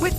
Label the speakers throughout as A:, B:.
A: With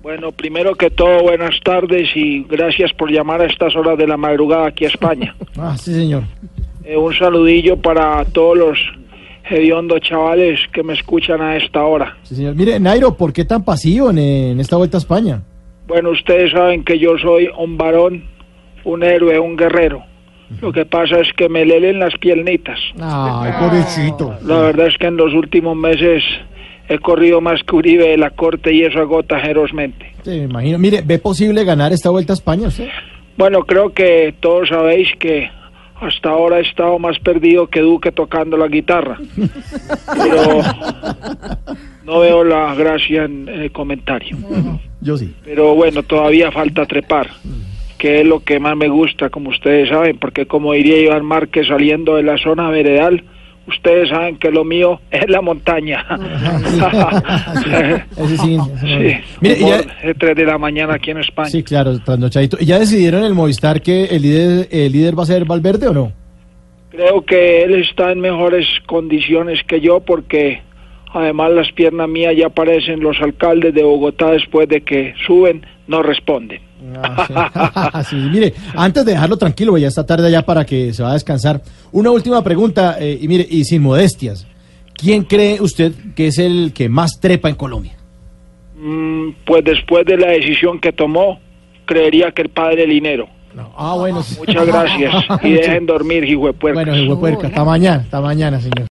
B: Bueno, primero que todo, buenas tardes y gracias por llamar a estas horas de la madrugada aquí a España.
C: Ah, sí, señor.
B: Eh, un saludillo para todos los hediondos chavales que me escuchan a esta hora.
C: Sí, señor. Mire, Nairo, ¿por qué tan pasivo en, en esta vuelta a España?
B: Bueno, ustedes saben que yo soy un varón, un héroe, un guerrero. Lo que pasa es que me lelen las piernitas.
C: Ay, pobrecito.
B: La verdad es que en los últimos meses he corrido más que Uribe de la corte y eso agota ferozmente.
C: Sí, me imagino. Mire, ¿ve posible ganar esta vuelta a España usted?
B: Bueno, creo que todos sabéis que hasta ahora he estado más perdido que Duque tocando la guitarra. Pero no veo la gracia en, en el comentario.
C: Yo sí.
B: Pero bueno, todavía falta trepar, que es lo que más me gusta, como ustedes saben, porque como diría Iván Márquez saliendo de la zona veredal, ustedes saben que lo mío es la montaña.
C: Ese sí, ese no.
B: Sí,
C: Mire, y
B: humor
C: ya-
B: de 3 de la mañana aquí en España.
C: sí, claro, trasnochadito. ¿Y ya decidieron en el Movistar que el líder, el líder va a ser Valverde o no?
B: Creo que él está en mejores condiciones que yo porque además las piernas mías ya parecen los alcaldes de Bogotá después de que suben, no responden.
C: Ah, sí. Sí, mire, antes de dejarlo tranquilo, ya está tarde ya para que se va a descansar. Una última pregunta, eh, y mire, y sin modestias. ¿Quién cree usted que es el que más trepa en Colombia?
B: Mm, pues después de la decisión que tomó, creería que el padre Linero.
C: Ah, bueno. sí.
B: Muchas gracias y dejen dormir, hijo de puercas.
C: Bueno, hijuepuerca, hasta mañana, hasta mañana, señor.